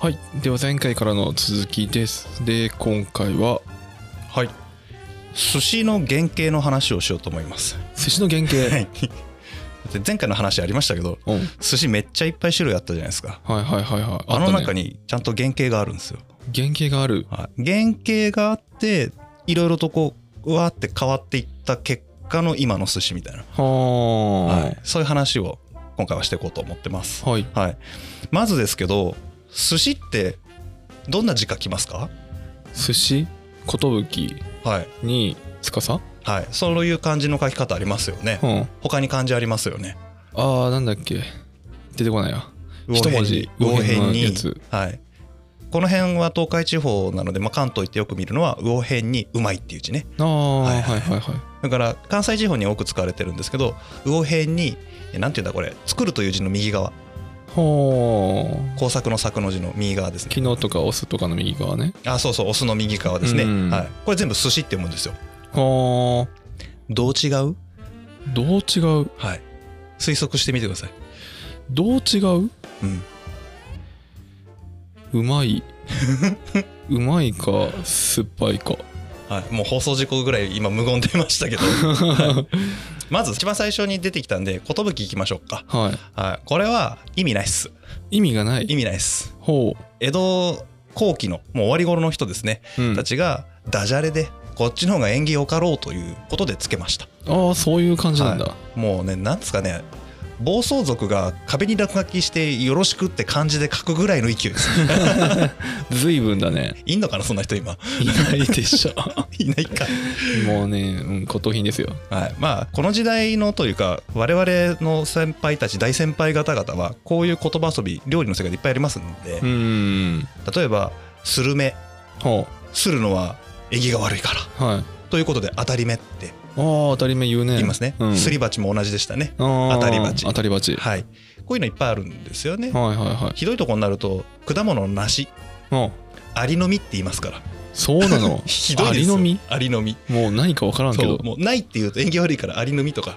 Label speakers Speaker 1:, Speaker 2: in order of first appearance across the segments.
Speaker 1: はいでは前回からの続きですで今回は
Speaker 2: はい寿司の原型の話をしようと思います
Speaker 1: 寿司の原型、
Speaker 2: はいで前回の話ありましたけど
Speaker 1: うん
Speaker 2: 寿司めっちゃいっぱい種類あったじゃないですか
Speaker 1: はいはいはいはい
Speaker 2: あ
Speaker 1: っ
Speaker 2: の
Speaker 1: たね
Speaker 2: 中にちゃんと原型があるんですよ、
Speaker 1: 原型がある
Speaker 2: はい、原型があっていろいろとこううわーって変わっていった結果の今の寿司みたいな、
Speaker 1: はあ
Speaker 2: はい、そういう話を今回はしていこうと思ってます、
Speaker 1: はい
Speaker 2: はい、まずですけど寿司ってどんな字書きますか
Speaker 1: 寿司寿
Speaker 2: はい
Speaker 1: に司
Speaker 2: はいそういう漢字の書き方ありますよね
Speaker 1: うん
Speaker 2: 他に漢字ありますよね
Speaker 1: ああなんだっけ出てこないや一
Speaker 2: 一
Speaker 1: 文
Speaker 2: 文
Speaker 1: 字
Speaker 2: 字
Speaker 1: 魚
Speaker 2: 魚
Speaker 1: 辺の
Speaker 2: 辺に
Speaker 1: やつ
Speaker 2: はい、この辺は東海地方なので、まあ、関東行ってよく見るのは魚辺にうまいっていう字ね
Speaker 1: ああ、は、
Speaker 2: はいい
Speaker 1: はいはいはい
Speaker 2: だから関西地方に多く使われてるんですけど魚辺にえなんていうんだこれ作るという字の右側
Speaker 1: ほう
Speaker 2: 工作の作の字の右側ですね
Speaker 1: 昨日とかオスとかの右側ね
Speaker 2: あそうそうオスの右側ですね、
Speaker 1: うん
Speaker 2: はい、これ全部寿司って読むんですよ
Speaker 1: はあ
Speaker 2: どう違う
Speaker 1: どう違う
Speaker 2: はい推測してみてください
Speaker 1: どう違う
Speaker 2: うん
Speaker 1: うまいうまいか酸っぱいか
Speaker 2: はい、もう放送事故ぐらい今無言出ましたけど、はいまず一番最初に出てきたんで寿いきましょうか、
Speaker 1: は
Speaker 2: はい、これは意味ないっす
Speaker 1: い意味がない
Speaker 2: 意味ないっす
Speaker 1: ほ
Speaker 2: 江戸後期のもう終わり頃の人ですね、
Speaker 1: う、うん、
Speaker 2: たちがダジャレでこっちの方が縁起よかろうということでつけました
Speaker 1: ああそういう感じなんだ、
Speaker 2: もうねなんですかね暴走族が壁に落書きして「よろしく」って漢字で書くぐらいの勢いです
Speaker 1: 随分だね
Speaker 2: いんのかなそんな人今
Speaker 1: いないでし ょ
Speaker 2: いないか
Speaker 1: もうね、うん、骨董品ですよ
Speaker 2: はい、まあこの時代のというか我々の先輩たち大先輩方々はこういう言葉遊び料理の世界でいっぱいありますので
Speaker 1: うーん
Speaker 2: 例えば「スルメ
Speaker 1: ほ」
Speaker 2: するのは縁起が悪いから
Speaker 1: うはいああ
Speaker 2: ということで当たり目って
Speaker 1: 当たり前言うね
Speaker 2: 言いますね
Speaker 1: うん、
Speaker 2: すり鉢も同じでしたね
Speaker 1: 当
Speaker 2: 当たり鉢
Speaker 1: 当たり鉢は
Speaker 2: はいこういうのいっぱいあるんですよね
Speaker 1: いはいはい
Speaker 2: ひどいとこになると果物の梨
Speaker 1: あ
Speaker 2: アリの実って言いますから
Speaker 1: そうなの
Speaker 2: ひどいです
Speaker 1: ありの実
Speaker 2: アリの実
Speaker 1: もう何か分からんけ
Speaker 2: そ
Speaker 1: ど
Speaker 2: うもうないっていうと縁起悪いからアリの 実とか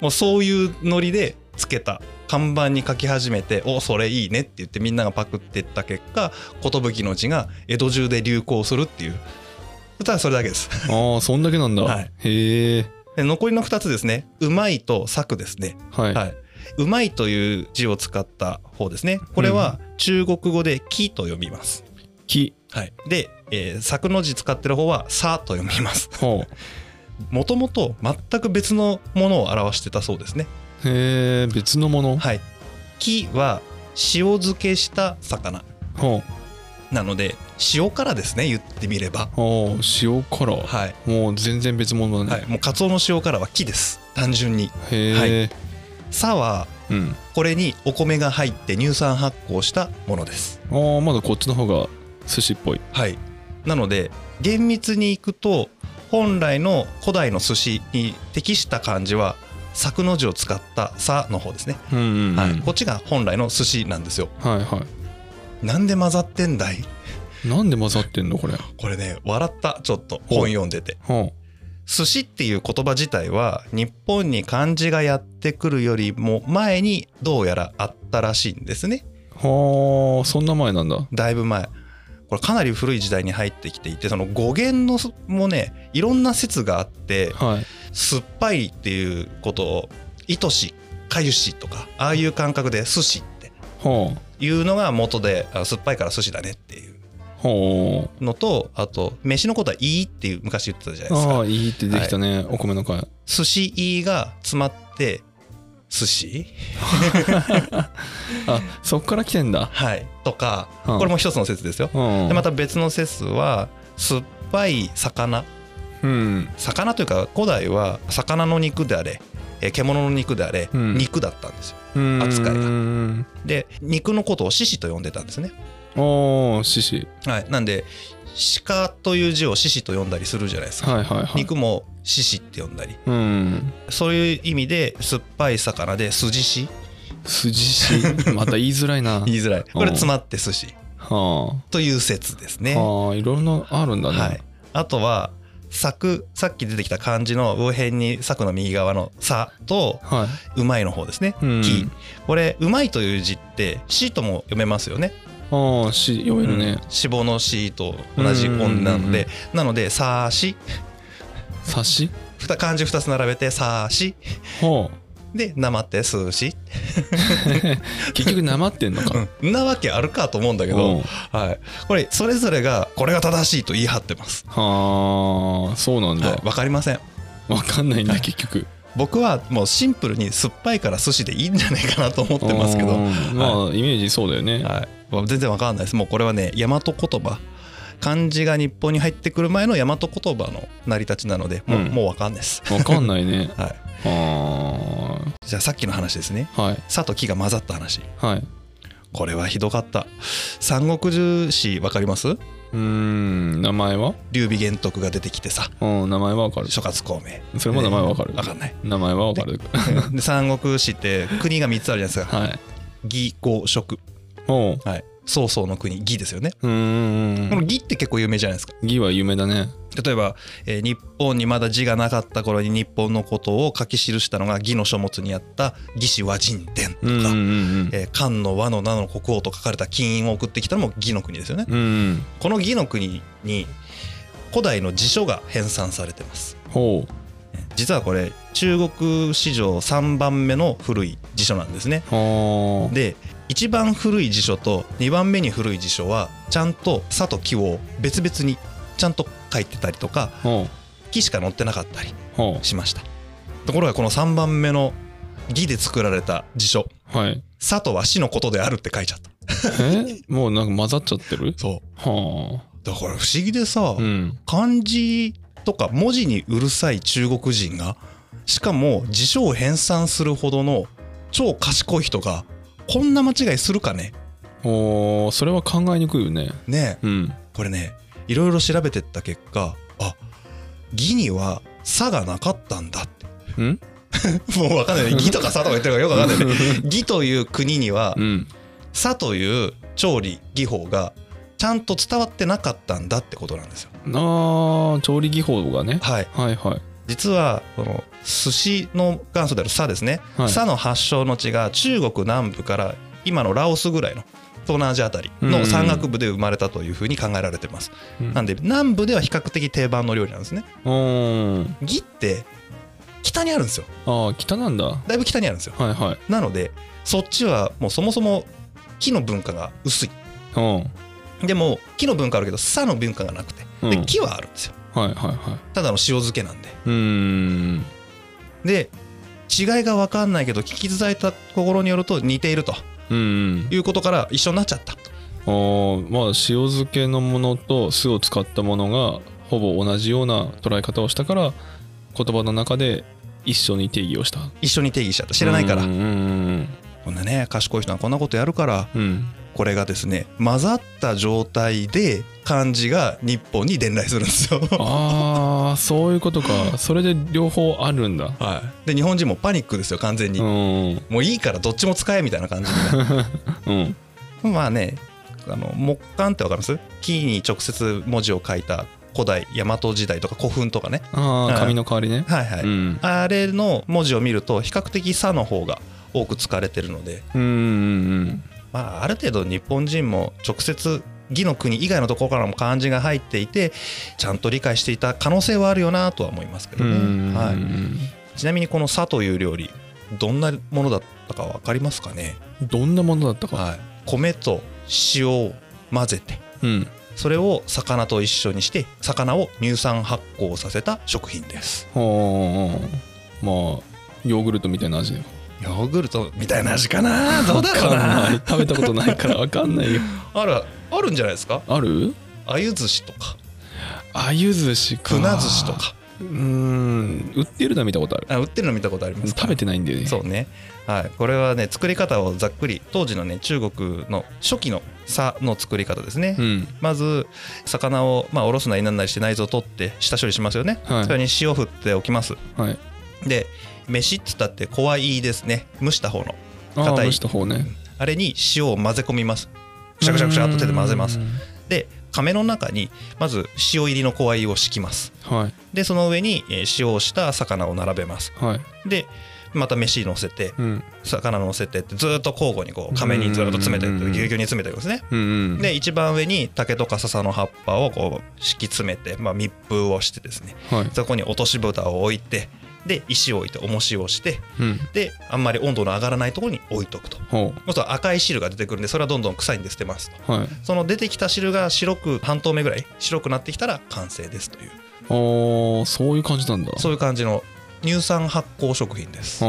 Speaker 2: もうそういうノリでつけた看板に書き始めて「おそれいいね」って言ってみんながパクってった結果寿の字が江戸中で流行するっていうただそれだけです
Speaker 1: ああそんだけなんだ、
Speaker 2: はい
Speaker 1: へえ
Speaker 2: で残りの2つですね「うまい」と「策」ですね
Speaker 1: はい、
Speaker 2: はいうまいという字を使った方ですねこれは中国語で「木」と読みます、
Speaker 1: 木
Speaker 2: はい、で、えー柵の字使ってる方は「さ」と読みます
Speaker 1: ほ
Speaker 2: もともと全く別のものを表してたそうですね。
Speaker 1: うへえ別のもの
Speaker 2: はい。木は塩漬けした魚
Speaker 1: ほ
Speaker 2: なので塩辛ですね言ってみれば。
Speaker 1: うああ塩辛
Speaker 2: はい。
Speaker 1: もう全然別物だ
Speaker 2: は
Speaker 1: ね、
Speaker 2: い、もうカツオの塩辛は木です単純に。
Speaker 1: へえ、
Speaker 2: さは
Speaker 1: うん
Speaker 2: これにお米が入って乳酸発酵したものです。
Speaker 1: ああまだこっちの方が寿司っぽい
Speaker 2: はい。なので厳密にいくと本来の古代の寿司に適した漢字は作の字を使った「さ」の方ですね、
Speaker 1: うんうん、うん、
Speaker 2: はい、こっちが本来の寿司なんですよ。
Speaker 1: はいはい
Speaker 2: なんで混ざってんだい
Speaker 1: なんで混ざってんのこれ
Speaker 2: これね笑ったちょっと本読んでて
Speaker 1: ほ
Speaker 2: 寿司っていう言葉自体は日本に漢字がやってくるよりも前にどうやらあったらしいんですね
Speaker 1: うはあそんな前なんだ
Speaker 2: だいぶ前これかなり古い時代に入ってきていてその語源のすもねいろんな説があって
Speaker 1: はい
Speaker 2: 酸っぱいっていうことを愛しかゆしとかああいう感覚で寿司って
Speaker 1: ほう
Speaker 2: いうのが元であ酸っぱいから寿司だねっていう
Speaker 1: ほう
Speaker 2: のとあと飯のことはいいっていう昔言ってたじゃないですか
Speaker 1: ああいいってできたね、お米の会
Speaker 2: 寿司いが詰まって寿司
Speaker 1: あそっから来てんだ
Speaker 2: はいとか
Speaker 1: うん
Speaker 2: これも一つの説ですよ
Speaker 1: うん
Speaker 2: でまた別の説は酸っぱい魚
Speaker 1: うん
Speaker 2: 魚というか古代は魚の肉であれえー獣の肉であれ
Speaker 1: うん
Speaker 2: 肉だったんですよ
Speaker 1: うん
Speaker 2: 扱いが
Speaker 1: うん
Speaker 2: で肉のことを獅子と呼んでたんですね
Speaker 1: おお獅子
Speaker 2: はいなんで鹿という字を獅子と呼んだりするじゃないですか
Speaker 1: はいはいはい
Speaker 2: 肉も獅子って呼んだり
Speaker 1: うん
Speaker 2: そういう意味で酸っぱい魚で筋子
Speaker 1: 筋子また言いづらいな
Speaker 2: 言いづらいこれ詰まって寿司
Speaker 1: は
Speaker 2: という説ですね
Speaker 1: あはあいろんなあるんだね、
Speaker 2: はい、あとは柵さっき出てきた漢字の右辺に柵の右側の「さ」と
Speaker 1: は
Speaker 2: 「うまい」の方ですね「
Speaker 1: うん
Speaker 2: き」これ「うまい」という字って「し」とも読めますよね
Speaker 1: いああし読めるね、
Speaker 2: 死亡の死と同じ音なのでなので「さーし
Speaker 1: 刺し」
Speaker 2: ふた漢字2つ並べて「さーし
Speaker 1: ほ」
Speaker 2: で「なまってすーし
Speaker 1: う結局なまってんの」 か
Speaker 2: うんなわけあるかと思うんだけ
Speaker 1: う
Speaker 2: ど
Speaker 1: ん、
Speaker 2: はい、これそれぞれがこれが正しいと言い張ってます。
Speaker 1: はあそうなんだ、
Speaker 2: はい、わかりません
Speaker 1: わかんないんだ結局
Speaker 2: 僕はもうシンプルに酸っぱいから寿司でいいんじゃないかなと思ってますけど
Speaker 1: う、んまあ、イメージそうだよね、
Speaker 2: はい、もう全然わかんないですもうこれはね大和言葉漢字が日本に入ってくる前の大和言葉の成り立ちなのでもう,、
Speaker 1: うん
Speaker 2: もうわかんないです、
Speaker 1: わかんない ね
Speaker 2: はい、
Speaker 1: あ
Speaker 2: じゃあさっきの話ですね
Speaker 1: あはい
Speaker 2: 佐と木が混ざった話
Speaker 1: はい
Speaker 2: これはひどかった三国重視わかります
Speaker 1: うーん名前は
Speaker 2: 劉備玄徳が出てきてさ
Speaker 1: うん名前はわかる
Speaker 2: 諸葛孔明
Speaker 1: それも名前わかる、
Speaker 2: わかんない
Speaker 1: 名前はわかる
Speaker 2: で三国志って国が3つあるじゃないですか
Speaker 1: はい
Speaker 2: 義五食
Speaker 1: ほう
Speaker 2: はい曹操の国義ですよね
Speaker 1: うー
Speaker 2: この
Speaker 1: ん
Speaker 2: 義って結構有名じゃないですか
Speaker 1: 義は夢だね
Speaker 2: 例えば、えー日本にまだ字がなかった頃に日本のことを書き記したのが義の書物にあった「義士和人伝」とか
Speaker 1: うんうんうん
Speaker 2: えー漢の和の名の国王と書かれた金印を送ってきたのも義の国ですよね。
Speaker 1: うんうん
Speaker 2: この義の国に古代の辞書が編纂されてます。
Speaker 1: ほ
Speaker 2: 実はこれ中国史上3番目の古い辞書なんですね。
Speaker 1: うはあ
Speaker 2: で一番古い辞書と2番目に古い辞書はちゃんと「佐」と「木」を別々にちゃんと書いてたりとか
Speaker 1: ほ
Speaker 2: 「木」しか載ってなかったり
Speaker 1: うほ
Speaker 2: しましたところがこの3番目の義で作られた辞書
Speaker 1: うはい
Speaker 2: 「佐とは死のことである」って書いちゃった
Speaker 1: えもうなんか混ざっちゃってる
Speaker 2: そう
Speaker 1: は
Speaker 2: だから不思議でさ、
Speaker 1: あうん
Speaker 2: 漢字とか文字にうるさい中国人がしかも辞書を編纂するほどの超賢い人がこんな間違いするかね
Speaker 1: おーそれは考えにくいよね
Speaker 2: ねえ
Speaker 1: うん
Speaker 2: これねいろいろ調べてった結果あ義には「さ」がなかったんだって
Speaker 1: うん
Speaker 2: もうわかんない義とか「さ」とか言ってるからよくわかんないね 義という国には
Speaker 1: うん
Speaker 2: さという調理技法がちゃんと伝わってなかったんだってことなんですよ。
Speaker 1: あー調理技法がね
Speaker 2: はい、
Speaker 1: はいはい
Speaker 2: 実はこの寿司の元祖である「さ」ですね「
Speaker 1: はい
Speaker 2: さ」の発祥の地が中国南部から今のラオスぐらいの東南アジアあたりの山岳部で生まれたというふうに考えられてます。
Speaker 1: うん
Speaker 2: なんで南部では比較的定番の料理なんですね。
Speaker 1: うーん
Speaker 2: 義って北にあるんですよ
Speaker 1: ああ北なんだは
Speaker 2: だいぶ北にあるんですよ。
Speaker 1: いはい
Speaker 2: なのでそっちはもうそもそも木の文化が薄い。
Speaker 1: うん
Speaker 2: でも木の文化あるけど「さ」の文化がなくて
Speaker 1: う
Speaker 2: で
Speaker 1: ん
Speaker 2: 木はあるんですよ
Speaker 1: はいはいはい
Speaker 2: ただの塩漬けなんで
Speaker 1: うーん
Speaker 2: で違いが分かんないけど聞き伝えたところによると似ていると
Speaker 1: うんうん
Speaker 2: いうことから一緒になっちゃった
Speaker 1: あーまあ塩漬けのものと酢を使ったものがほぼ同じような捉え方をしたから言葉の中で一緒に定義をした
Speaker 2: 一緒に定義しちゃった知らないから
Speaker 1: うんうん
Speaker 2: こんなね賢い人はこんなことやるから
Speaker 1: うんうん
Speaker 2: これがですね混ざった状態で漢字が日本に伝来するんですよ
Speaker 1: ああそういうことかそれで両方 あるんだ
Speaker 2: はいで日本人もパニックですよ完全に、
Speaker 1: うん
Speaker 2: もういいからどっちも使えみたいな感じ で
Speaker 1: うん
Speaker 2: まあねあの木簡って分かります木に直接文字を書いた古代大和時代とか古墳とかね
Speaker 1: あ
Speaker 2: はい
Speaker 1: あ紙の代わりね
Speaker 2: はいはい、
Speaker 1: うん
Speaker 2: あれの文字を見ると比較的「さ」の方が多く使われてるので、
Speaker 1: うんうん
Speaker 2: まあ、ある程度日本人も直接義の国以外のところからも漢字が入っていてちゃんと理解していた可能性はあるよなとは思いますけ
Speaker 1: う
Speaker 2: ど
Speaker 1: んう
Speaker 2: ね、
Speaker 1: ん
Speaker 2: は
Speaker 1: う
Speaker 2: い、
Speaker 1: ん
Speaker 2: ちなみにこの「さ」という料理どんなものだったか分かりますかね、
Speaker 1: どんなものだったか
Speaker 2: はい、米と塩を混ぜて
Speaker 1: うん
Speaker 2: それを魚と一緒にして魚を乳酸発酵させた食品です
Speaker 1: はあまあヨーグルトみたいな味だよ
Speaker 2: ヨーグルトみたいな味 かなどうだろう
Speaker 1: わかん
Speaker 2: ない
Speaker 1: 食べたことないからわかん ないよ
Speaker 2: あるあるんじゃないですか
Speaker 1: ある
Speaker 2: 鮎寿司とか
Speaker 1: あゆ寿司か
Speaker 2: くな寿司とか
Speaker 1: うーん売ってるのは見たことある
Speaker 2: あ売ってるの見たことありますか
Speaker 1: 食べてないんだよね
Speaker 2: そうねはいこれはね作り方をざっくり当時のね中国の初期の差の作り方ですね、
Speaker 1: うん
Speaker 2: まず魚をまあおろすなりなんなりして内臓を取って下処理しますよね、
Speaker 1: はい
Speaker 2: それに塩を振っておきます
Speaker 1: はい
Speaker 2: で飯っつったって怖いですね蒸した方の
Speaker 1: ああ
Speaker 2: 硬い
Speaker 1: 蒸した方ね
Speaker 2: あれに塩を混ぜ込みますくしゃくしゃくしゃっと手で混ぜます
Speaker 1: うーん
Speaker 2: で亀の中にまず塩入りの怖いを敷きます
Speaker 1: はい
Speaker 2: でその上にえー塩をした魚を並べます
Speaker 1: はい
Speaker 2: でまた飯乗せて
Speaker 1: うん
Speaker 2: 魚乗せてってずっと交互にこう亀にずっと詰めてって
Speaker 1: うん
Speaker 2: ぎゅうぎゅうに詰めていくんですね。
Speaker 1: うんうん
Speaker 2: で一番上に竹とか笹の葉っぱをこう敷き詰めて、まあ、密封をしてですね
Speaker 1: はい
Speaker 2: そこに落とし蓋を置いてで石を置いて重しをして
Speaker 1: うん
Speaker 2: であんまり温度の上がらないところに置いとくと。
Speaker 1: ほ
Speaker 2: そうすると赤い汁が出てくるんでそれはどんどん臭いんで捨てますと
Speaker 1: うはい
Speaker 2: その出てきた汁が白く半透明ぐらい白くなってきたら完成ですという
Speaker 1: あーそういう感じなんだ
Speaker 2: そういう感じの乳酸発酵食品です
Speaker 1: あ
Speaker 2: こ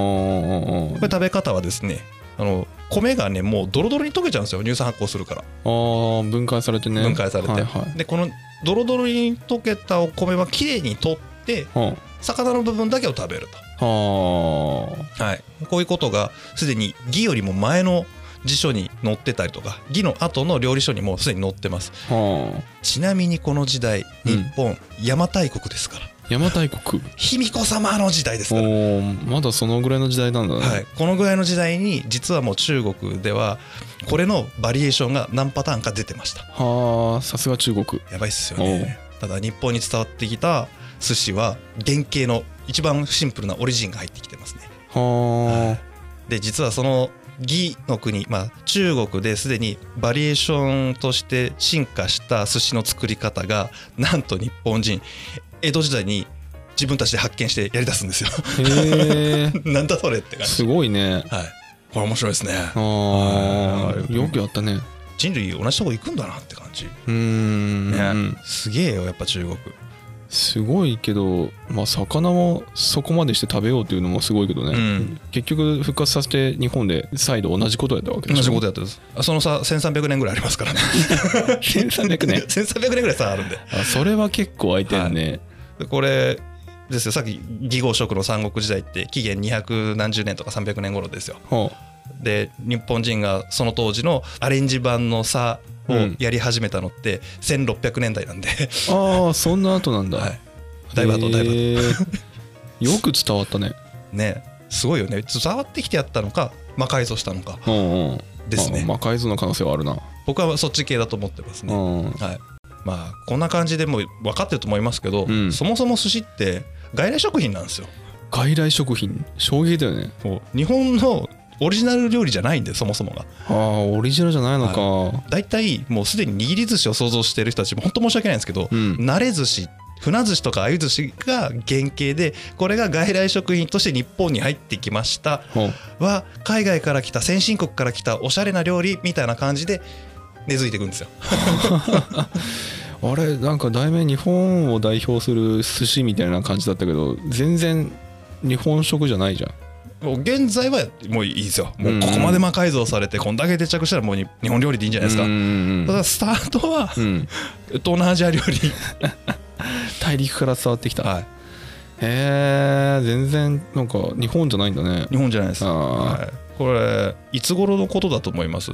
Speaker 1: ー
Speaker 2: れ食べ方はですねあの米がねもうドロドロに溶けちゃうんですよ乳酸発酵するから
Speaker 1: あー分解されてね
Speaker 2: 分解されて、
Speaker 1: はいはい
Speaker 2: でこのドロドロに溶けたお米はきれいに取って
Speaker 1: は
Speaker 2: 魚の部分だけを食べる
Speaker 1: あはあ
Speaker 2: と、はい、こういうことがすでに義よりも前の辞書に載ってたりとか義の後の料理書にもうすでに載ってます
Speaker 1: はあ
Speaker 2: ちなみにこの時代
Speaker 1: うん
Speaker 2: 日本、邪馬台国ですから
Speaker 1: 邪馬台国
Speaker 2: 卑弥呼様の時代ですから、
Speaker 1: おーまだそのぐらいの時代なんだね、
Speaker 2: はい、このぐらいの時代に実はもう中国ではこれのバリエーションが何パターンか出てました
Speaker 1: はあさすが中国
Speaker 2: やばいっすよねただ日本に伝わってきた寿司は原型の一番シンプルなオリジンが入ってきてますね
Speaker 1: は
Speaker 2: で実はその義の国、まあ、中国ですでにバリエーションとして進化した寿司の作り方がなんと日本人江戸時代に自分たちで発見してやり出すんですよ
Speaker 1: あへえ
Speaker 2: なんだそれって感じ
Speaker 1: すごいね
Speaker 2: はいこれ面白いですね
Speaker 1: あ
Speaker 2: はい
Speaker 1: あよくやったね
Speaker 2: 人類同じとこ行くんだなって感じ、ね
Speaker 1: うーん、
Speaker 2: すげえよやっぱ中国
Speaker 1: すごいけど、まあ、魚もそこまでして食べようというのもすごいけどね、
Speaker 2: うん
Speaker 1: 結局復活させて日本で再度同じことやったわけ
Speaker 2: 同
Speaker 1: でしょ
Speaker 2: じことやってるんですあその差1300年ぐらいありますからね
Speaker 1: 1300年
Speaker 2: 1300年ぐらい差あるんで
Speaker 1: あそれは結構空いてるね、
Speaker 2: でこれですよさっき義号食の三国時代って紀元200何十年とか300年頃ですよ
Speaker 1: は
Speaker 2: で日本人がその当時のアレンジ版の差を
Speaker 1: うん
Speaker 2: やり始めたのって1600年代なんで、
Speaker 1: ああーそんな後なんだ、
Speaker 2: はい、だいぶ後だいぶ
Speaker 1: へ
Speaker 2: 後
Speaker 1: ーよく伝わったね
Speaker 2: ねすごいよね伝わってきてやったのか魔改造したのか
Speaker 1: うんうん
Speaker 2: ですね
Speaker 1: まあ、魔改造の可能性はあるな、
Speaker 2: 僕はそっち系だと思ってます
Speaker 1: う
Speaker 2: ね
Speaker 1: んうん
Speaker 2: はい、まあこんな感じでもう分かってると思いますけど、
Speaker 1: うん
Speaker 2: そもそも寿司って外来食品なんですよ
Speaker 1: 外来食品衝撃だよね
Speaker 2: もう日本のオリジナル料理じゃないんでそもそもが
Speaker 1: ああオリジナルじゃないのか、
Speaker 2: 大体もうすでに握り寿司を想像してる人たちも本当申し訳ないんですけど、
Speaker 1: うん
Speaker 2: 慣れ寿司船寿司とか鮎寿司が原型でこれが外来食品として日本に入ってきました
Speaker 1: ほう
Speaker 2: は海外から来た先進国から来たおしゃれな料理みたいな感じで根付いていくんですよ
Speaker 1: あれなんか題名日本を代表する寿司みたいな感じだったけど全然日本食じゃないじゃん
Speaker 2: もう現在はもういいですよもうここまで魔改造されてこんだけ定着したらもうに日本料理でいいんじゃないですか、
Speaker 1: うんうん
Speaker 2: ただスタートは
Speaker 1: うんうん
Speaker 2: 東南アジア料理
Speaker 1: 大陸から伝わってきた、
Speaker 2: はい
Speaker 1: へえ全然なんか日本じゃないんだね
Speaker 2: 日本じゃないです
Speaker 1: あー
Speaker 2: はい、これいつ頃のことだと思います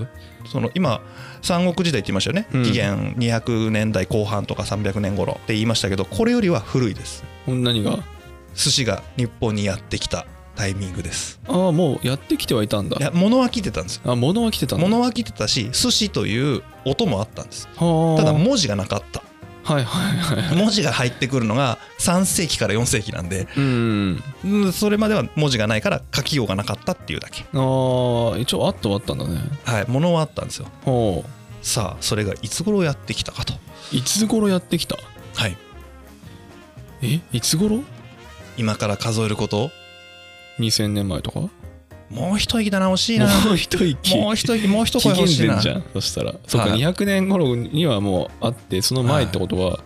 Speaker 2: その今三国時代って言いましたよね、
Speaker 1: うん
Speaker 2: 紀元200年代後半とか300年頃って言いましたけどこれよりは古いです
Speaker 1: 何が
Speaker 2: 寿司が日本にやってきたタイミングです
Speaker 1: ああもうやってきてはいたんだ
Speaker 2: いや物は来てたんですよ
Speaker 1: あ物は来てたんだ
Speaker 2: 物は来てたし寿司という音もあったんです
Speaker 1: はあ
Speaker 2: ただ文字がなかった
Speaker 1: はいはいはい
Speaker 2: 文字が入ってくるのが3世紀から4世紀なんで
Speaker 1: うん
Speaker 2: うんそれまでは文字がないから書きようがなかったっていうだけ
Speaker 1: ああ一応あっとはあったんだね
Speaker 2: はい物はあったんですよ
Speaker 1: ほ
Speaker 2: さあそれがいつ頃やってきたかと
Speaker 1: ういつ頃やってきた
Speaker 2: はい
Speaker 1: えいつ頃
Speaker 2: 今から数えること
Speaker 1: 2000年前とかも
Speaker 2: もう一息だな惜しいな
Speaker 1: う一息
Speaker 2: もう一息もう一
Speaker 1: 期
Speaker 2: 声
Speaker 1: 限
Speaker 2: 欲しい
Speaker 1: 出
Speaker 2: なん
Speaker 1: じゃんそしたらそっか
Speaker 2: はい
Speaker 1: 200年頃にはもうあってその前ってことは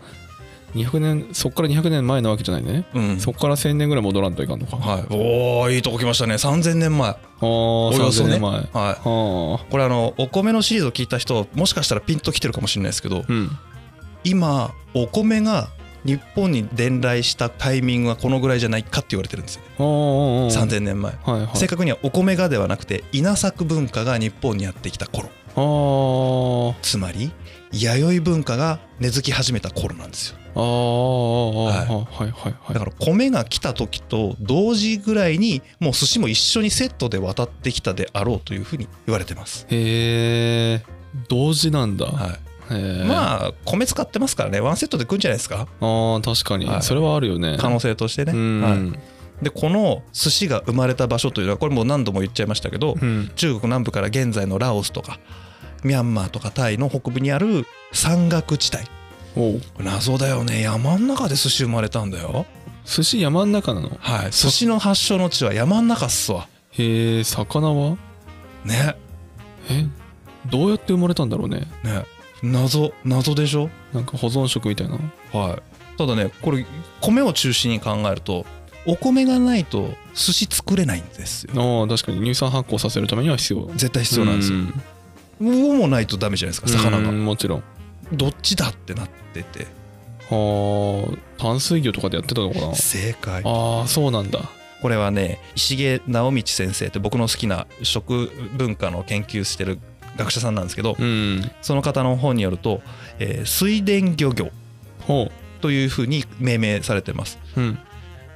Speaker 1: 200年そっから200年前なわけじゃないね
Speaker 2: うん
Speaker 1: そっから1000年ぐらい戻らんといかんのかあ
Speaker 2: はいおおいいとこ来ましたね3000年前
Speaker 1: あ3000年前は
Speaker 2: は
Speaker 1: あ
Speaker 2: いこれあのお米のシリーズを聞いた人もしかしたらピンときてるかもしれないですけど
Speaker 1: うん
Speaker 2: 今お米が日本に伝来したタイミングはこのぐらいじゃないかって言われてるんですよね
Speaker 1: ああ
Speaker 2: 3000年前
Speaker 1: はいはい
Speaker 2: 正確にはお米がではなくて稲作文化が日本にやってきた頃
Speaker 1: あー
Speaker 2: つまり弥生文化が根付き始めた頃なんですよ
Speaker 1: あーあーあー
Speaker 2: は
Speaker 1: はいはいはい
Speaker 2: だから米が来た時と同時ぐらいにもう寿司も一緒にセットで渡ってきたであろうというふうに言われてます。
Speaker 1: へえ同時なんだ
Speaker 2: は
Speaker 1: へ
Speaker 2: い、
Speaker 1: え
Speaker 2: まあ米使ってますからねワンセットで来るんじゃないですか
Speaker 1: あー確かに
Speaker 2: はい
Speaker 1: それはあるよね
Speaker 2: 可能性としてね。
Speaker 1: うん
Speaker 2: はいでこの寿司が生まれた場所というのはこれもう何度も言っちゃいましたけど、
Speaker 1: うん
Speaker 2: 中国南部から現在のラオスとかミャンマーとかタイの北部にある山岳地帯
Speaker 1: おう
Speaker 2: これ謎だよね山ん中で寿司生まれたんだよ
Speaker 1: 寿司山ん中なの
Speaker 2: はい寿司の発祥の地は山ん中っすわ
Speaker 1: へえ魚は
Speaker 2: ね
Speaker 1: えどうやって生まれたんだろうね
Speaker 2: ね謎謎でしょ
Speaker 1: なんか保存食みたいな
Speaker 2: はいただねこれ米を中心に考えるとお米がないと寿司作れないんですよ
Speaker 1: のああ確かに乳酸発酵させるためには必要
Speaker 2: 絶対必要なんですよ魚もないとダメじゃないですか魚
Speaker 1: う
Speaker 2: が
Speaker 1: んもちろん
Speaker 2: どっちだってなってて
Speaker 1: はあ淡水魚とかでやってたのかな
Speaker 2: 正解
Speaker 1: ああそうなんだ
Speaker 2: これはね石毛直道先生って僕の好きな食文化の研究してる学者さんなんですけど
Speaker 1: うん
Speaker 2: その方の本によると、えー水田漁業
Speaker 1: ほ
Speaker 2: というふうに命名されてます
Speaker 1: ううん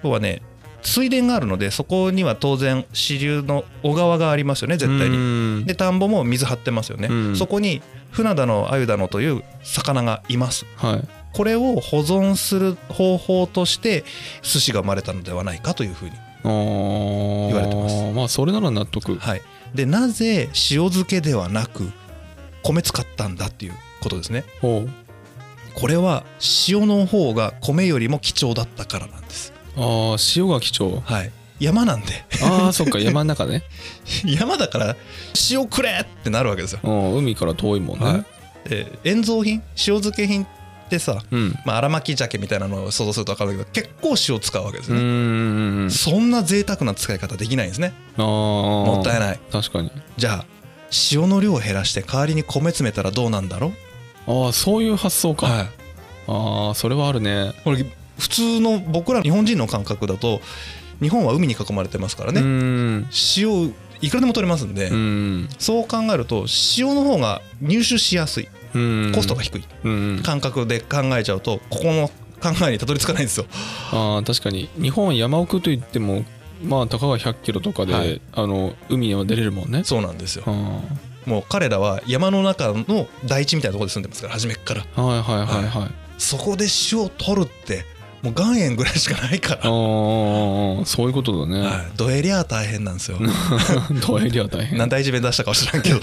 Speaker 2: 要はね水田があるのでそこには当然支流の小川がありますよね絶対に
Speaker 1: に
Speaker 2: で田んぼも水張ってますよね、
Speaker 1: うん
Speaker 2: そこに船だの鮎だのという魚がいます
Speaker 1: はい
Speaker 2: これを保存する方法として寿司が生まれたのではないかというふうに
Speaker 1: 言
Speaker 2: われてます
Speaker 1: まあそれなら納得
Speaker 2: はい、でなぜ塩漬けではなく米使ったんだっていうことですね
Speaker 1: ほう
Speaker 2: これは塩の方が米よりも貴重だったからなんです
Speaker 1: ああ塩が貴重
Speaker 2: はい山なんで
Speaker 1: ああそっか山の中ね
Speaker 2: 山だから塩くれってなるわけですよ、
Speaker 1: うん海から遠いもんね、
Speaker 2: はいえー塩蔵品塩漬け品ってさ、
Speaker 1: うん
Speaker 2: まあ、荒巻き鮭みたいなのを想像すると分かるけど結構塩使うわけです
Speaker 1: う
Speaker 2: よね、
Speaker 1: ん
Speaker 2: そんな贅沢な使い方できないんですね
Speaker 1: ああも
Speaker 2: もったい
Speaker 1: い
Speaker 2: ない
Speaker 1: 確かに
Speaker 2: じゃあ塩の量を減らして代わりに米詰めたらどうなんだろう
Speaker 1: ああそういう発想か、
Speaker 2: はい
Speaker 1: ああそれはあるね
Speaker 2: これ普通の僕ら日本人の感覚だと日本は海に囲まれてますからね、
Speaker 1: うん
Speaker 2: 塩いくらでも取れますんで、
Speaker 1: うん
Speaker 2: そう考えると塩の方が入手しやすい
Speaker 1: うん
Speaker 2: コストが低い
Speaker 1: うんうん
Speaker 2: 感覚で考えちゃうとここの考えにたどり着かないんですよ
Speaker 1: ああ確かに日本は山奥といってもまあたかが1 0 0キロとかで、
Speaker 2: はい
Speaker 1: あの海には出れるもんね
Speaker 2: そうなんですよ
Speaker 1: あ
Speaker 2: もう彼らは山の中の大地みたいなところで住んでますから初めっから
Speaker 1: あはいはいはいはい
Speaker 2: そこで塩を取るってもう岩塩ぐらいしかないか
Speaker 1: ああ
Speaker 2: ら、
Speaker 1: そういうことだね、
Speaker 2: はい、どえりゃ大変なんですよ
Speaker 1: ドエリア大変
Speaker 2: 何大地弁出したかは知らんけ ど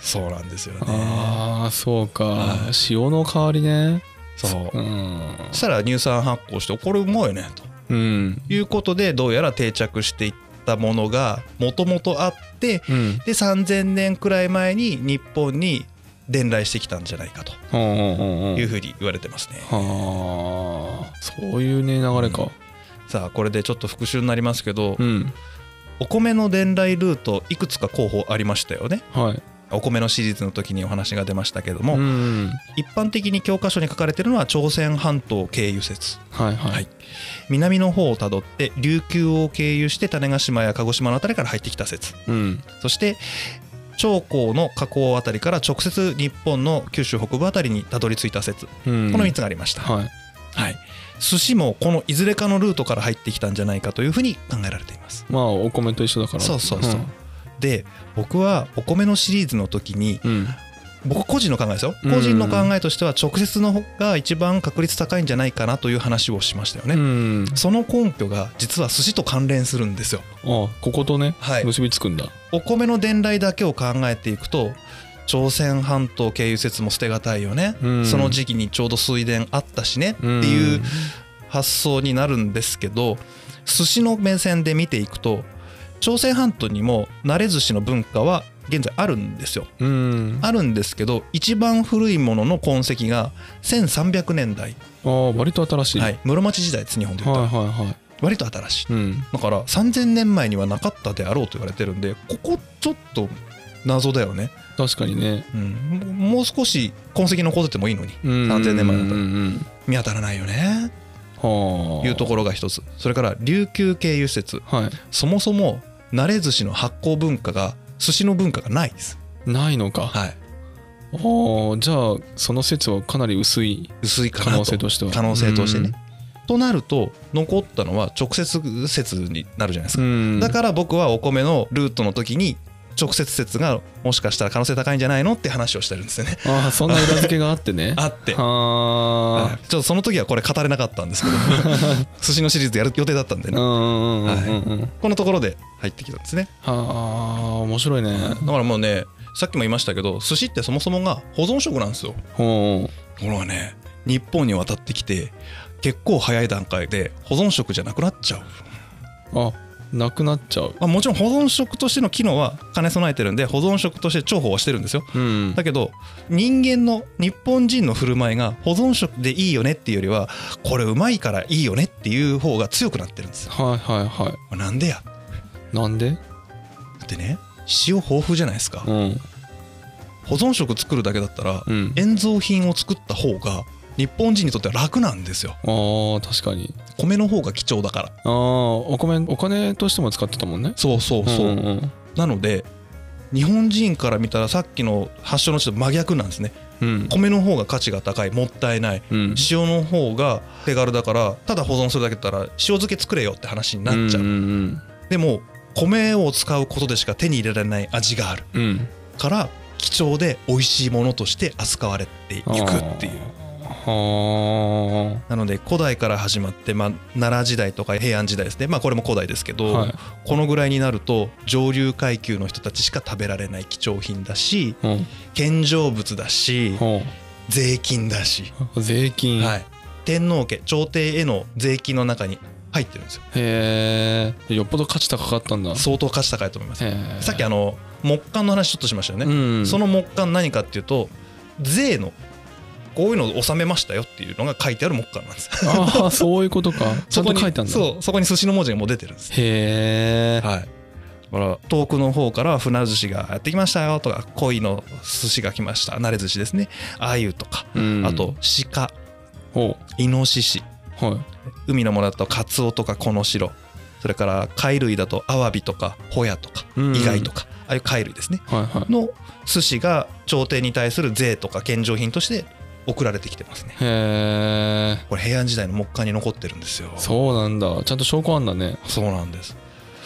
Speaker 2: そうなんですよね
Speaker 1: ああそうか、
Speaker 2: はい
Speaker 1: 塩の代わりね
Speaker 2: そう
Speaker 1: う
Speaker 2: そ
Speaker 1: ん、
Speaker 2: したら乳酸発酵してこれうまいねと
Speaker 1: うん
Speaker 2: いうことでどうやら定着していったものがもともとあって
Speaker 1: うん
Speaker 2: で3000年くらい前に日本に伝来してきたんじゃないかと
Speaker 1: うんうんうんう
Speaker 2: いうんふうに言われてますね、
Speaker 1: はあそういうね流れか
Speaker 2: さあこれでちょっと復習になりますけど、
Speaker 1: うん、
Speaker 2: お米の伝来ルートいくつか候補ありましたよね
Speaker 1: はい
Speaker 2: お米のシリーズの時にお話が出ましたけども、
Speaker 1: うんうん
Speaker 2: 一般的に教科書に書かれてるのは朝鮮半島経由説
Speaker 1: はいはい、
Speaker 2: はい南の方をたどって琉球を経由して種子島や鹿児島のあたりから入ってきた説
Speaker 1: うん
Speaker 2: そして長江の河口あたりから直接日本の九州北部あたりにたどり着いた説こ
Speaker 1: うん
Speaker 2: の3つがありました、
Speaker 1: はい
Speaker 2: はい、寿司もこのいずれかのルートから入ってきたんじゃないかというふうに考えられています
Speaker 1: まあお米と一緒だから
Speaker 2: そうそうそうで僕はお米のシリーズの時に
Speaker 1: うん、うん
Speaker 2: 僕個人の考えですよ
Speaker 1: うん
Speaker 2: 個人の考えとしては直接の方が一番確率高いんじゃないかなという話をしましたよね、
Speaker 1: うん、
Speaker 2: その根拠が実は寿司と関連するんですよ
Speaker 1: あこことね、
Speaker 2: はい
Speaker 1: 結びつくんだ
Speaker 2: お米の伝来だけを考えていくと朝鮮半島経由説も捨てがたいよね、
Speaker 1: うん
Speaker 2: その時期にちょうど水田あったしねっていう発想になるんですけど寿司の目線で見ていくと朝鮮半島にも慣れ寿司の文化は現在あるんですよ
Speaker 1: うんあ
Speaker 2: あるんですけど一番古いものの痕跡が1300年代、
Speaker 1: あ割と新しい、
Speaker 2: は
Speaker 1: はい、
Speaker 2: い、室町時代です日本で言
Speaker 1: は
Speaker 2: っ
Speaker 1: い
Speaker 2: た
Speaker 1: は
Speaker 2: ら、
Speaker 1: いは
Speaker 2: 割と新しい
Speaker 1: いうん
Speaker 2: だから3000年前にはなかったであろうと言われてるんでここちょっと謎だよね、
Speaker 1: 確かにね
Speaker 2: うん、もうもう少し痕跡残っててもいいのに
Speaker 1: 3000
Speaker 2: 3000年前だったら
Speaker 1: うんうん
Speaker 2: 見当たらないよね
Speaker 1: うん、はあ
Speaker 2: いうところが一つそれから琉球経由施設
Speaker 1: はい
Speaker 2: そもそも慣れ寿司の発酵文化が寿司の文化がないです
Speaker 1: ないのか、
Speaker 2: はい
Speaker 1: あーじゃあその説はかなり薄い
Speaker 2: 薄いか
Speaker 1: 可
Speaker 2: な
Speaker 1: 能性としては
Speaker 2: 可能性としてねとなると残ったのは直接説になるじゃないです
Speaker 1: う
Speaker 2: か
Speaker 1: ん
Speaker 2: だから僕はお米のルートの時に直接説がもしかしたら可能性高いんじゃないのって話をしてるんですよね
Speaker 1: ああそんな裏付けがあってね
Speaker 2: あっては
Speaker 1: はい
Speaker 2: ちょっとその時はこれ語れなかったん ですけど寿司のシリーズやる予定だったんで
Speaker 1: うんう
Speaker 2: ね
Speaker 1: んうんうんうん
Speaker 2: このところで入ってきたんですね
Speaker 1: はあ面白いね
Speaker 2: だからもうねさっきも言いましたけど寿司ってそもそもが保存食なんですよ
Speaker 1: ほ
Speaker 2: これはね日本に渡ってきて結構早い段階で保存食じゃなくなっちゃう
Speaker 1: うあなくなっちゃう
Speaker 2: まあ、もちろん保存食としての機能は兼ね備えてるんで保存食として重宝はしてるんですよ
Speaker 1: うん
Speaker 2: だけど人間の日本人の振る舞いが保存食でいいよねっていうよりはこれうまいからいいよねっていう方が強くなってるんですよ
Speaker 1: はいはいは
Speaker 2: なんでや
Speaker 1: いなんで
Speaker 2: だってね塩豊富じゃないですか
Speaker 1: うん
Speaker 2: 保存食作るだけだったら
Speaker 1: うん
Speaker 2: 塩蔵品を作った方が日本人にとっては楽なんですよ
Speaker 1: ああ確かに
Speaker 2: 米の方が貴重だから
Speaker 1: ああお米お金としても使ってたもんね
Speaker 2: そうそうそう、
Speaker 1: んうん
Speaker 2: なので日本人から見たらさっきの発祥の地と真逆なんですね
Speaker 1: うん
Speaker 2: 米の方が価値が高いもったいない
Speaker 1: うん
Speaker 2: 塩の方が手軽だからただ保存するだけだったら塩漬け作れよって話になっちゃう、
Speaker 1: うんうん
Speaker 2: でも米を使うことでしか手に入れられない味がある
Speaker 1: うんうん
Speaker 2: から貴重で美味しいものとして扱われていくっていう
Speaker 1: は
Speaker 2: なので古代から始まって、まあ、奈良時代とか平安時代ですねまあこれも古代ですけ
Speaker 1: あ
Speaker 2: ど、
Speaker 1: はい
Speaker 2: このぐらいになると上流階級の人たちしか食べられない貴重品だし
Speaker 1: うん
Speaker 2: 献上物だし
Speaker 1: ほ
Speaker 2: 税金だし、
Speaker 1: う税金
Speaker 2: はい、天皇家朝廷への税金の中に入ってるんですよ
Speaker 1: へえよっぽど価値高かったんだ
Speaker 2: 相当価値高いと思います
Speaker 1: へえ
Speaker 2: さっきあの木簡の話ちょっとしましたよね、
Speaker 1: うん
Speaker 2: その木簡何かっていうと税のこういうのを納めましたよっていうのが書いてある木簡なんです
Speaker 1: ああそういうことかちゃんと
Speaker 2: に
Speaker 1: 書いたんだ
Speaker 2: そうそこに寿司の文字がもう出てるんです
Speaker 1: へえ
Speaker 2: はいだから遠くの方から船寿司がやってきましたよとか鯉の寿司が来ました慣れ寿司ですね鮎とか、
Speaker 1: うん
Speaker 2: あと鹿
Speaker 1: お
Speaker 2: イノシシ
Speaker 1: はい
Speaker 2: 海のものだとカツオとかコノシロそれから貝類だとアワビとかホヤとか
Speaker 1: うん
Speaker 2: イガイとか、ああいう貝類ですね
Speaker 1: はいはい
Speaker 2: の寿司が朝廷に対する税とか献上品として送られてきてますね
Speaker 1: へえ
Speaker 2: これ平安時代の木簡に残ってるんですよ
Speaker 1: そうなんだちゃんと証拠あんだね
Speaker 2: そうなんです、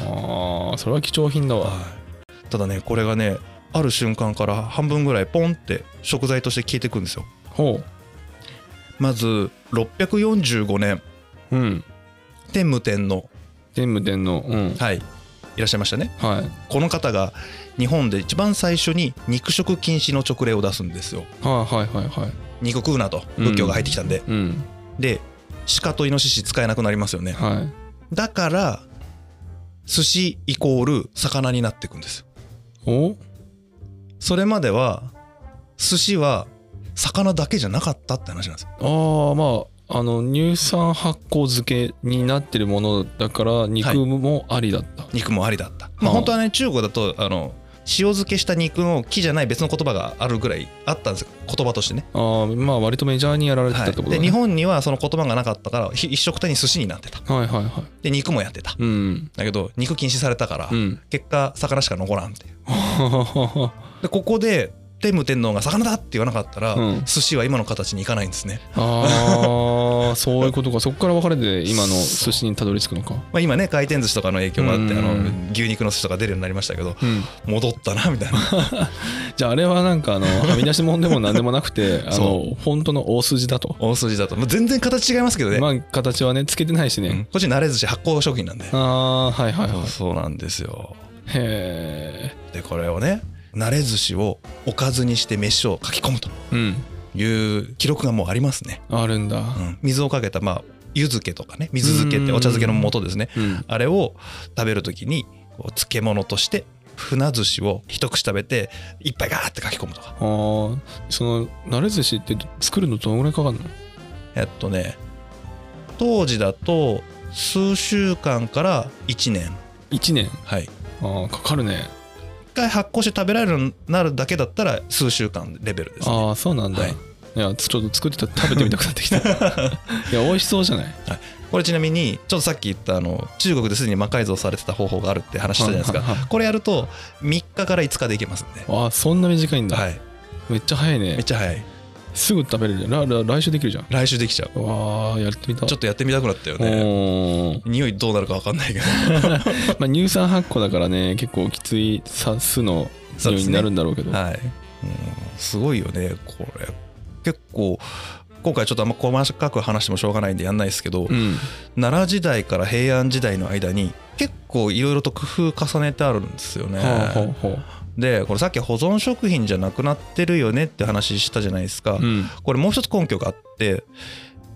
Speaker 1: ああそれは貴重品だわ
Speaker 2: はい、ただねこれがねある瞬間から半分ぐらいポンって食材として消えてくんですよ
Speaker 1: ほ
Speaker 2: まず645年
Speaker 1: ううん
Speaker 2: 天武天皇
Speaker 1: 天武天皇うん
Speaker 2: はいいらっしゃいましたね
Speaker 1: はい
Speaker 2: この方が日本で一番最初に肉食禁止の勅令を出すんですよ
Speaker 1: はいはいはいはい
Speaker 2: 肉食うなと仏教が入ってきたんで、
Speaker 1: うん
Speaker 2: で鹿とイノシシ使えなくなりますよね
Speaker 1: はい
Speaker 2: だから寿司イコール魚になっていくんですよ
Speaker 1: お
Speaker 2: それまでは寿司は魚だけじゃなかったって話なんですよ
Speaker 1: ああまああの乳酸発酵漬けになってるものだから肉もありだった、
Speaker 2: 肉もありだった
Speaker 1: は
Speaker 2: ま
Speaker 1: あ
Speaker 2: あ本当はね中国だとあの塩漬けした肉の木じゃない別の言葉があるぐらいあったんですよ言葉としてね
Speaker 1: ああまあ割とメジャーにやられてた
Speaker 2: は
Speaker 1: っ
Speaker 2: い
Speaker 1: てこと
Speaker 2: で
Speaker 1: だ
Speaker 2: 日
Speaker 1: ね、
Speaker 2: 本にはその言葉がなかったからひ一食単に寿司になってた
Speaker 1: はい、はいはい
Speaker 2: で肉もやってた
Speaker 1: うん
Speaker 2: だけど肉禁止されたから、
Speaker 1: うん
Speaker 2: 結果魚しか残らんっていう
Speaker 1: は
Speaker 2: でここで天武天皇が魚だって言わなかったら、
Speaker 1: うん
Speaker 2: 寿司は今の形にいかないんですね
Speaker 1: ああそういうことかそこから分かれて今の寿司にたどり着くのか
Speaker 2: まあ、今ね回転寿司とかの影響もあっ
Speaker 1: う
Speaker 2: て、
Speaker 1: ん
Speaker 2: あの牛肉の寿司とか出るようになりましたけど
Speaker 1: うん
Speaker 2: 戻ったなみたいな
Speaker 1: じゃああれはなんかあのはみ出し物でも何でもなく てあ
Speaker 2: そ
Speaker 1: の本当の大筋だと、
Speaker 2: 大筋だと、まあ、全然形違いますけどね、
Speaker 1: まあ形はねつけてないし
Speaker 2: うん
Speaker 1: ね、
Speaker 2: こっち慣れ寿司発酵食品なんで、
Speaker 1: ああはいはい
Speaker 2: そ
Speaker 1: は
Speaker 2: う
Speaker 1: い
Speaker 2: そうなんですよ
Speaker 1: へ
Speaker 2: でこれをね慣れ寿司をおかずにして飯を書き込むと
Speaker 1: えうん
Speaker 2: いう記録がもうありますね、
Speaker 1: あるんだ
Speaker 2: うん、水をかけたまあ湯漬けとかね水漬けってお茶漬けの元ですね
Speaker 1: うん
Speaker 2: あれを食べる時にこう漬物として船寿司を一口食べていっぱいガーって書き込むとか
Speaker 1: あーその慣れ寿司って作るのどのぐらいかかるの
Speaker 2: えっとね当時だと数週間から1年
Speaker 1: 1年
Speaker 2: はい
Speaker 1: あーかかるね
Speaker 2: 一回発酵して食べられるようになるだけだったら数週間レベルですね
Speaker 1: ああそうなんだ、
Speaker 2: はい
Speaker 1: い、やちょっと作ってた食べてみたくなって きたいや美味しそうじゃない
Speaker 2: これちなみにちょっとさっき言ったあの中国ですでに魔改造されてた方法があるって話したじゃないです
Speaker 1: はいはいは
Speaker 2: かこれやると3日から5日でいけますんで
Speaker 1: あーそんな短いんだ、
Speaker 2: はい
Speaker 1: めっちゃ早い
Speaker 2: めっ
Speaker 1: ね
Speaker 2: ちゃ早い
Speaker 1: すぐ食べれるじゃんらら来週できるじゃん
Speaker 2: 来週できちゃう
Speaker 1: うわーやってみた
Speaker 2: ちょっとやってみたくなったよ
Speaker 1: お
Speaker 2: ね
Speaker 1: ー
Speaker 2: 匂いどうなるか分かんないけど
Speaker 1: まあ、乳酸発酵だからね結構きついさ酢の
Speaker 2: そう
Speaker 1: 匂
Speaker 2: で
Speaker 1: い
Speaker 2: すね
Speaker 1: になるんだろうけど
Speaker 2: はい、うん、すごいよねこれ結構今回ちょっとあんま細かく話してもしょうがないんでやんないですけど、
Speaker 1: うん
Speaker 2: 奈良時代から平安時代の間に結構いろいろと工夫重ねてあるんですよね、
Speaker 1: はあはあは
Speaker 2: でこれさっき保存食品じゃなくなってるよねって話したじゃないですか、
Speaker 1: あうん
Speaker 2: これもう一つ根拠があって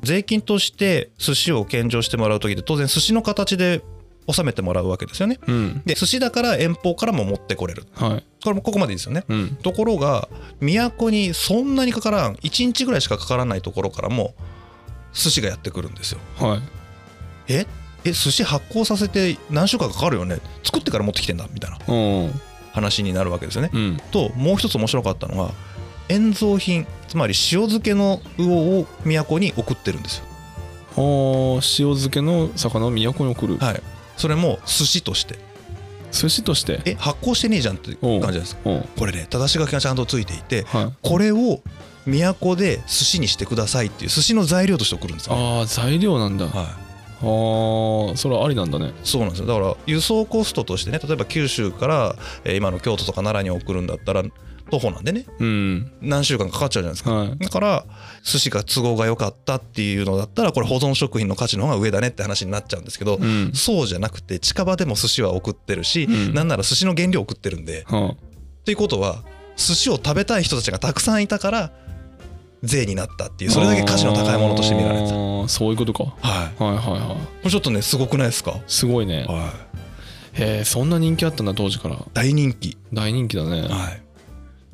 Speaker 2: 税金として寿司を献上してもらう時って当然寿司の形で納めてもらうわけですよね
Speaker 1: うん
Speaker 2: で寿司だから遠方からも持ってこれる
Speaker 1: はい
Speaker 2: これもここまでいいですよね
Speaker 1: うん
Speaker 2: ところが都にそんなにかからん1日ぐらいしかかからないところからも寿司がやってくるんですよ
Speaker 1: はい
Speaker 2: ええ寿司発酵させて何週間かかるよね作ってから持ってきてんだみたいな
Speaker 1: うん
Speaker 2: 話になるわけですよね
Speaker 1: うん
Speaker 2: ともう一つ面白かったのが塩蔵品つまり塩漬けの魚を都に送ってるんですよ
Speaker 1: お塩漬けの魚を都に送る、
Speaker 2: はいそれも寿司として
Speaker 1: 寿司として
Speaker 2: え発酵してねえじゃんって感じなんです
Speaker 1: おう
Speaker 2: これね正し書きがちゃんとついていて
Speaker 1: はい
Speaker 2: これを都で寿司にしてくださいっていう寿司の材料として送るんですよね、
Speaker 1: ああ材料なんだあ
Speaker 2: はい
Speaker 1: あーそれはありなんだね
Speaker 2: そうなんですよだから輸送コストとしてね例えば九州からえー今の京都とか奈良に送るんだったら徒歩なんでね
Speaker 1: うん
Speaker 2: 何週間かかっちゃうじゃないですか、
Speaker 1: はい
Speaker 2: だから寿司が都合が良かったっていうのだったらこれ保存食品の価値の方が上だねって話になっちゃうんですけど、
Speaker 1: うん
Speaker 2: そうじゃなくて近場でも寿司は送ってるし、
Speaker 1: うん
Speaker 2: なんなら寿司の原料送ってるんで
Speaker 1: は
Speaker 2: っていうことは寿司を食べたい人たちがたくさんいたから税になったっていうそれだけ価値の高いものとして見られてた、
Speaker 1: たそういうことか
Speaker 2: はい、
Speaker 1: はいはいはい
Speaker 2: これちょっとねすごくないですか、
Speaker 1: すごいね
Speaker 2: はい、
Speaker 1: へえそんな人気あったんだ当時から
Speaker 2: 大人気
Speaker 1: 大人気だね
Speaker 2: は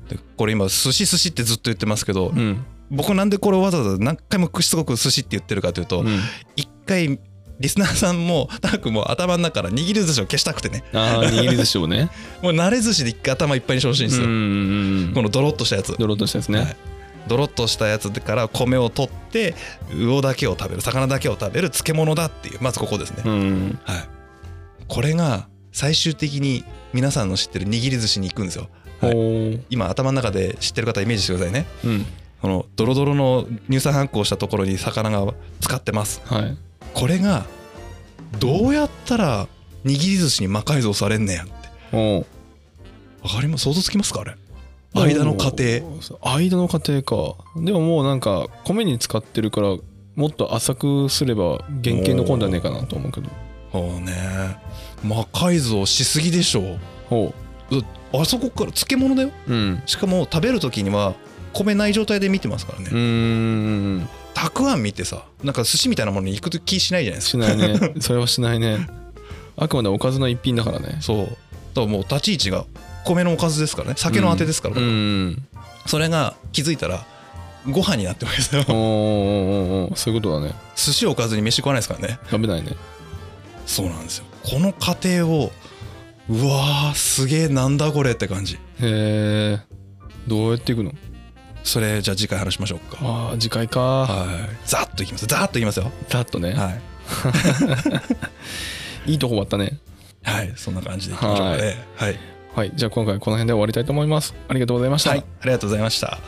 Speaker 2: い、でこれ今寿司寿司ってずっと言ってますけ
Speaker 1: う
Speaker 2: ど、
Speaker 1: ん
Speaker 2: 僕なんでこれをわざわざ何回もしつこく寿司って言ってるかというと、
Speaker 1: うん
Speaker 2: 一回リスナーさんもタラ君も頭の中から握り寿司を消したくてね
Speaker 1: ああ握り寿司をね
Speaker 2: もう慣れ寿司で一回頭いっぱいにしてほし いんですよ、
Speaker 1: うんうんうん
Speaker 2: このドロッとしたやつ
Speaker 1: ドロッとしたやつね、
Speaker 2: はいドロッとしたやつから米を取って魚だけを食べる魚だけを食べる漬物だっていうまずここですね、
Speaker 1: うん
Speaker 2: はい、これが最終的に皆さんの知ってる握り寿司に行くんですよ
Speaker 1: お
Speaker 2: はい
Speaker 1: ー
Speaker 2: 今頭の中で知ってる方イメージしてくださいね
Speaker 1: うん
Speaker 2: このドロドロの乳酸発酵したところに魚が使ってます
Speaker 1: はい
Speaker 2: これがどうやったら握り寿司に魔改造されんねやって
Speaker 1: おー
Speaker 2: わかります想像つきますかあれ間の過程
Speaker 1: 間の過程かでももうなんか米に使ってるからもっと浅くすれば原型残んじゃねえかなと思うけど
Speaker 2: そうね魔改造しすぎでしょ
Speaker 1: ほ
Speaker 2: あそこから漬物だよ
Speaker 1: ううん
Speaker 2: しかも食べる時には米ない状態で見てますからね、
Speaker 1: うーん
Speaker 2: たくあん見てさなんか寿司みたいなものに行く気しないじゃないです
Speaker 1: しな
Speaker 2: か
Speaker 1: い ねそれはしないねあくまでおかずの一品だからね
Speaker 2: そうだからもう立ち位置が米のおかずですからね酒のあてですから、
Speaker 1: うん
Speaker 2: それが気づいたらご飯になってますよ
Speaker 1: おーおーおーおーそういうことだね
Speaker 2: 寿司をおかずに飯食わないですからね
Speaker 1: 食べないね
Speaker 2: そうなんですよこの過程をうわーすげえなんだこれって感じ
Speaker 1: へえどうやっていくの
Speaker 2: それじゃあ次回話しましょうか
Speaker 1: あー次回か
Speaker 2: はいざっといきますざっといきますよ
Speaker 1: ざっとね、
Speaker 2: はい
Speaker 1: い、いとこ終わったね
Speaker 2: はいそんな感じでいきましょうかねはい、
Speaker 1: はいじゃあ今回この辺で終わりたいと思いますありがとうございました、
Speaker 2: はい、ありがとうございました